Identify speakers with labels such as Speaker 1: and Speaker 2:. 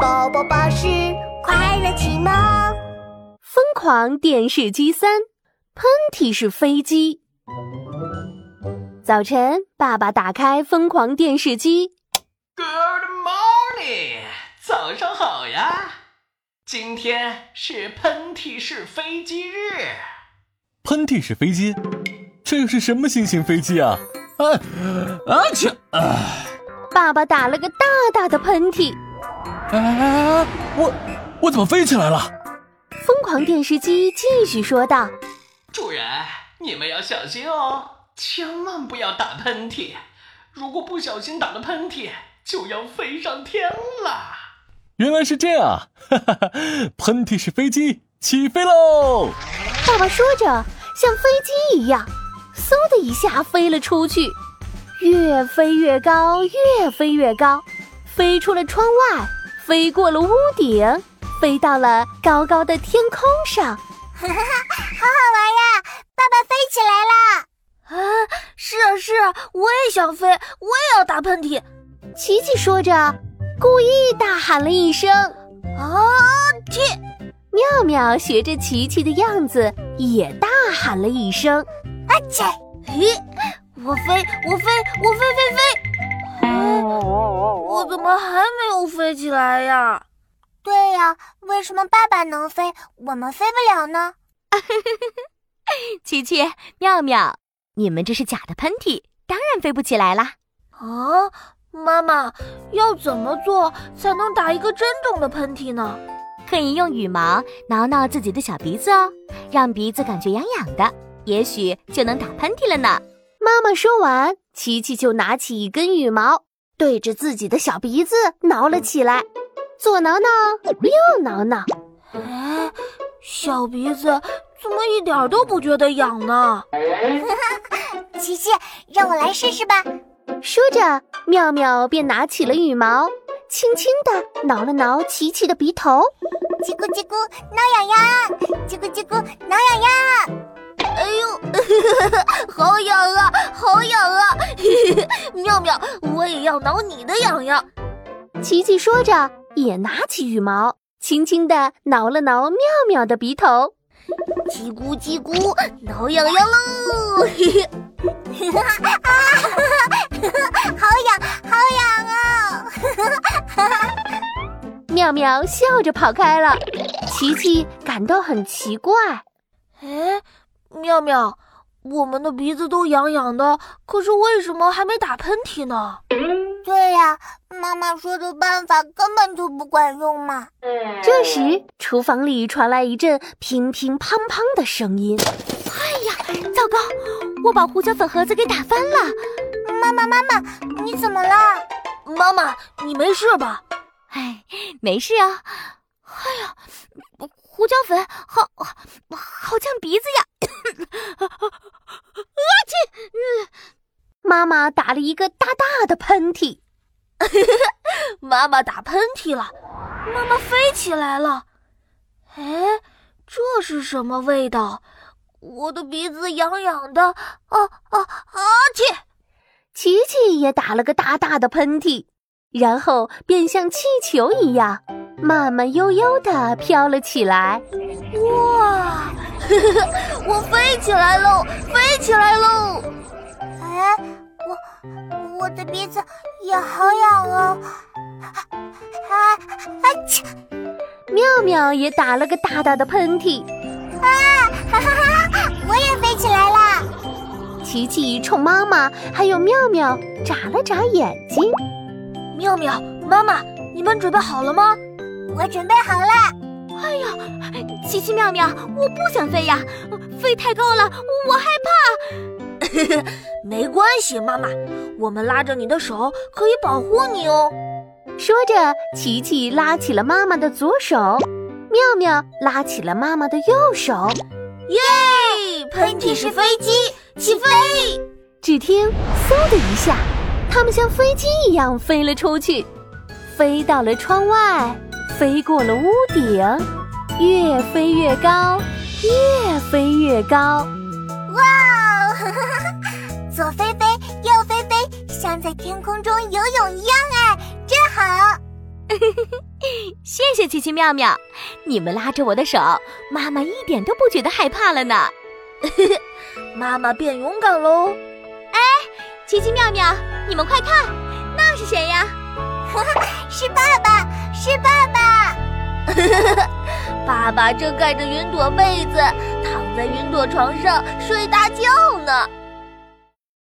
Speaker 1: 宝宝巴士快乐启蒙，
Speaker 2: 疯狂电视机三，喷嚏是飞机。早晨，爸爸打开疯狂电视机，
Speaker 3: Good morning，早上好呀！今天是喷嚏式飞机日，
Speaker 4: 喷嚏式飞机，这个是什么新型飞机啊？啊啊去啊！
Speaker 2: 爸爸打了个大大的喷嚏。
Speaker 4: 哎哎哎！我我怎么飞起来了？
Speaker 2: 疯狂电视机继续说道
Speaker 3: 主人，你们要小心哦，千万不要打喷嚏。如果不小心打了喷嚏，就要飞上天了。
Speaker 4: 原来是这样啊！哈哈哈，喷嚏式飞机起飞喽！：“
Speaker 2: 爸爸说着，像飞机一样，嗖的一下飞了出去，越飞越高，越飞越高，飞出了窗外，飞过了屋顶，飞到了高高的天空 上。”
Speaker 1: 爸爸飞起来了。
Speaker 5: 是啊，是啊，我也想飞，我也要打喷嚏。
Speaker 2: 琪琪说着，故意大喊了一声
Speaker 1: 哦
Speaker 5: 啊！
Speaker 2: 妙妙学着琪琪的样子，也大喊了一声。
Speaker 5: 咦，我飞，我飞，我飞飞飞！啊，
Speaker 1: 哦
Speaker 5: 我怎么还没有飞起来呀？
Speaker 1: 对呀、为什么爸爸能飞，我们飞不了呢？
Speaker 2: 琪琪、妙妙，你们这是假的喷嚏，当然飞不起来啦。
Speaker 5: 啊，妈妈，要怎么做才能打一个真正的喷嚏呢？
Speaker 2: 可以用羽毛挠挠自己的小鼻子哦，让鼻子感觉痒痒的，也许就能打喷嚏了呢。妈妈说完，琪琪就拿起一根羽毛，对着自己的小鼻子挠了起来，左挠挠，右挠挠。
Speaker 5: 哎，小鼻子怎么一点都不觉得痒呢？
Speaker 1: 琪琪，让我来试试吧。
Speaker 2: 说着，妙妙便拿起了羽毛，轻轻地挠了挠琪琪的鼻头。
Speaker 1: 叽咕叽咕，挠痒痒；叽咕叽咕，挠痒痒。
Speaker 5: 哎 呦，好痒啊，好痒啊！妙妙，我也要挠你的痒痒。
Speaker 2: 琪琪说着，也拿起羽毛，轻轻地挠了挠妙妙的鼻头。
Speaker 5: 叽咕叽咕，挠痒痒喽！嘿嘿，
Speaker 1: 好痒，好痒啊！
Speaker 2: 妙妙笑着跑开了，琪琪感到很奇怪。
Speaker 5: 哎，妙妙，我们的鼻子都痒痒的，可是为什么还没打喷嚏呢？
Speaker 1: 对呀、妈妈说的办法根本就不管用嘛。
Speaker 2: 这时，厨房里传来一阵乒乒乓乓的声音。哎呀，糟糕！我把胡椒粉盒子给打翻了。
Speaker 1: 妈妈，妈妈，你怎么了？
Speaker 5: 妈妈，你没事吧？
Speaker 2: 哎，没事啊。哎呀，胡椒粉好，好呛鼻子呀！啊去！妈妈打了一个大大的喷嚏。
Speaker 5: 妈妈打喷嚏了，妈妈飞起来了。哎，这是什么味道？我的鼻子痒痒的，啊啊啊！去，
Speaker 2: 琪琪也打了个大大的喷嚏，然后便像气球一样，慢慢悠悠地飘了起来。
Speaker 5: 哇， 我飞起来喽，飞起来喽！
Speaker 1: 哎，我我的鼻子也好痒哦。啊
Speaker 5: 哎
Speaker 1: 啊！切
Speaker 2: 妙妙也打了个大大的喷嚏。
Speaker 1: 哈哈哈！啊我也飞起来了。
Speaker 2: 琪琪冲妈妈还有妙妙眨了眨眼睛。
Speaker 5: 妙妙，妈妈，你们准备好了吗？哎
Speaker 1: 我准备好了。
Speaker 2: 琪琪、妙妙，我不想飞呀，飞太高了，我害怕。
Speaker 5: 没关系，妈妈，我们拉着你的手可以保护你哦。
Speaker 2: 说着，琪琪拉起了妈妈的左手，妙妙拉起了妈妈的右手。
Speaker 5: 嘿，喷嚏是飞机，起飞！
Speaker 2: 只听“嗖”的一下，它们像飞机一样飞了出去，飞到了窗外，飞过了屋顶，越飞越高，越飞越高。
Speaker 1: 哦，左飞飞，右啊飞飞，像在天空中游泳一样哎，真好。
Speaker 2: 谢谢奇奇妙妙，你们拉着我的手，妈妈一点都不觉得害怕 了呢。
Speaker 5: 妈妈变勇敢喽！
Speaker 2: 奇奇哎妙妙，你们快看，那是谁 呀？
Speaker 1: 是爸爸，是爸 爸。
Speaker 5: 爸爸正盖着云朵被子，躺在云朵床上睡大觉呢。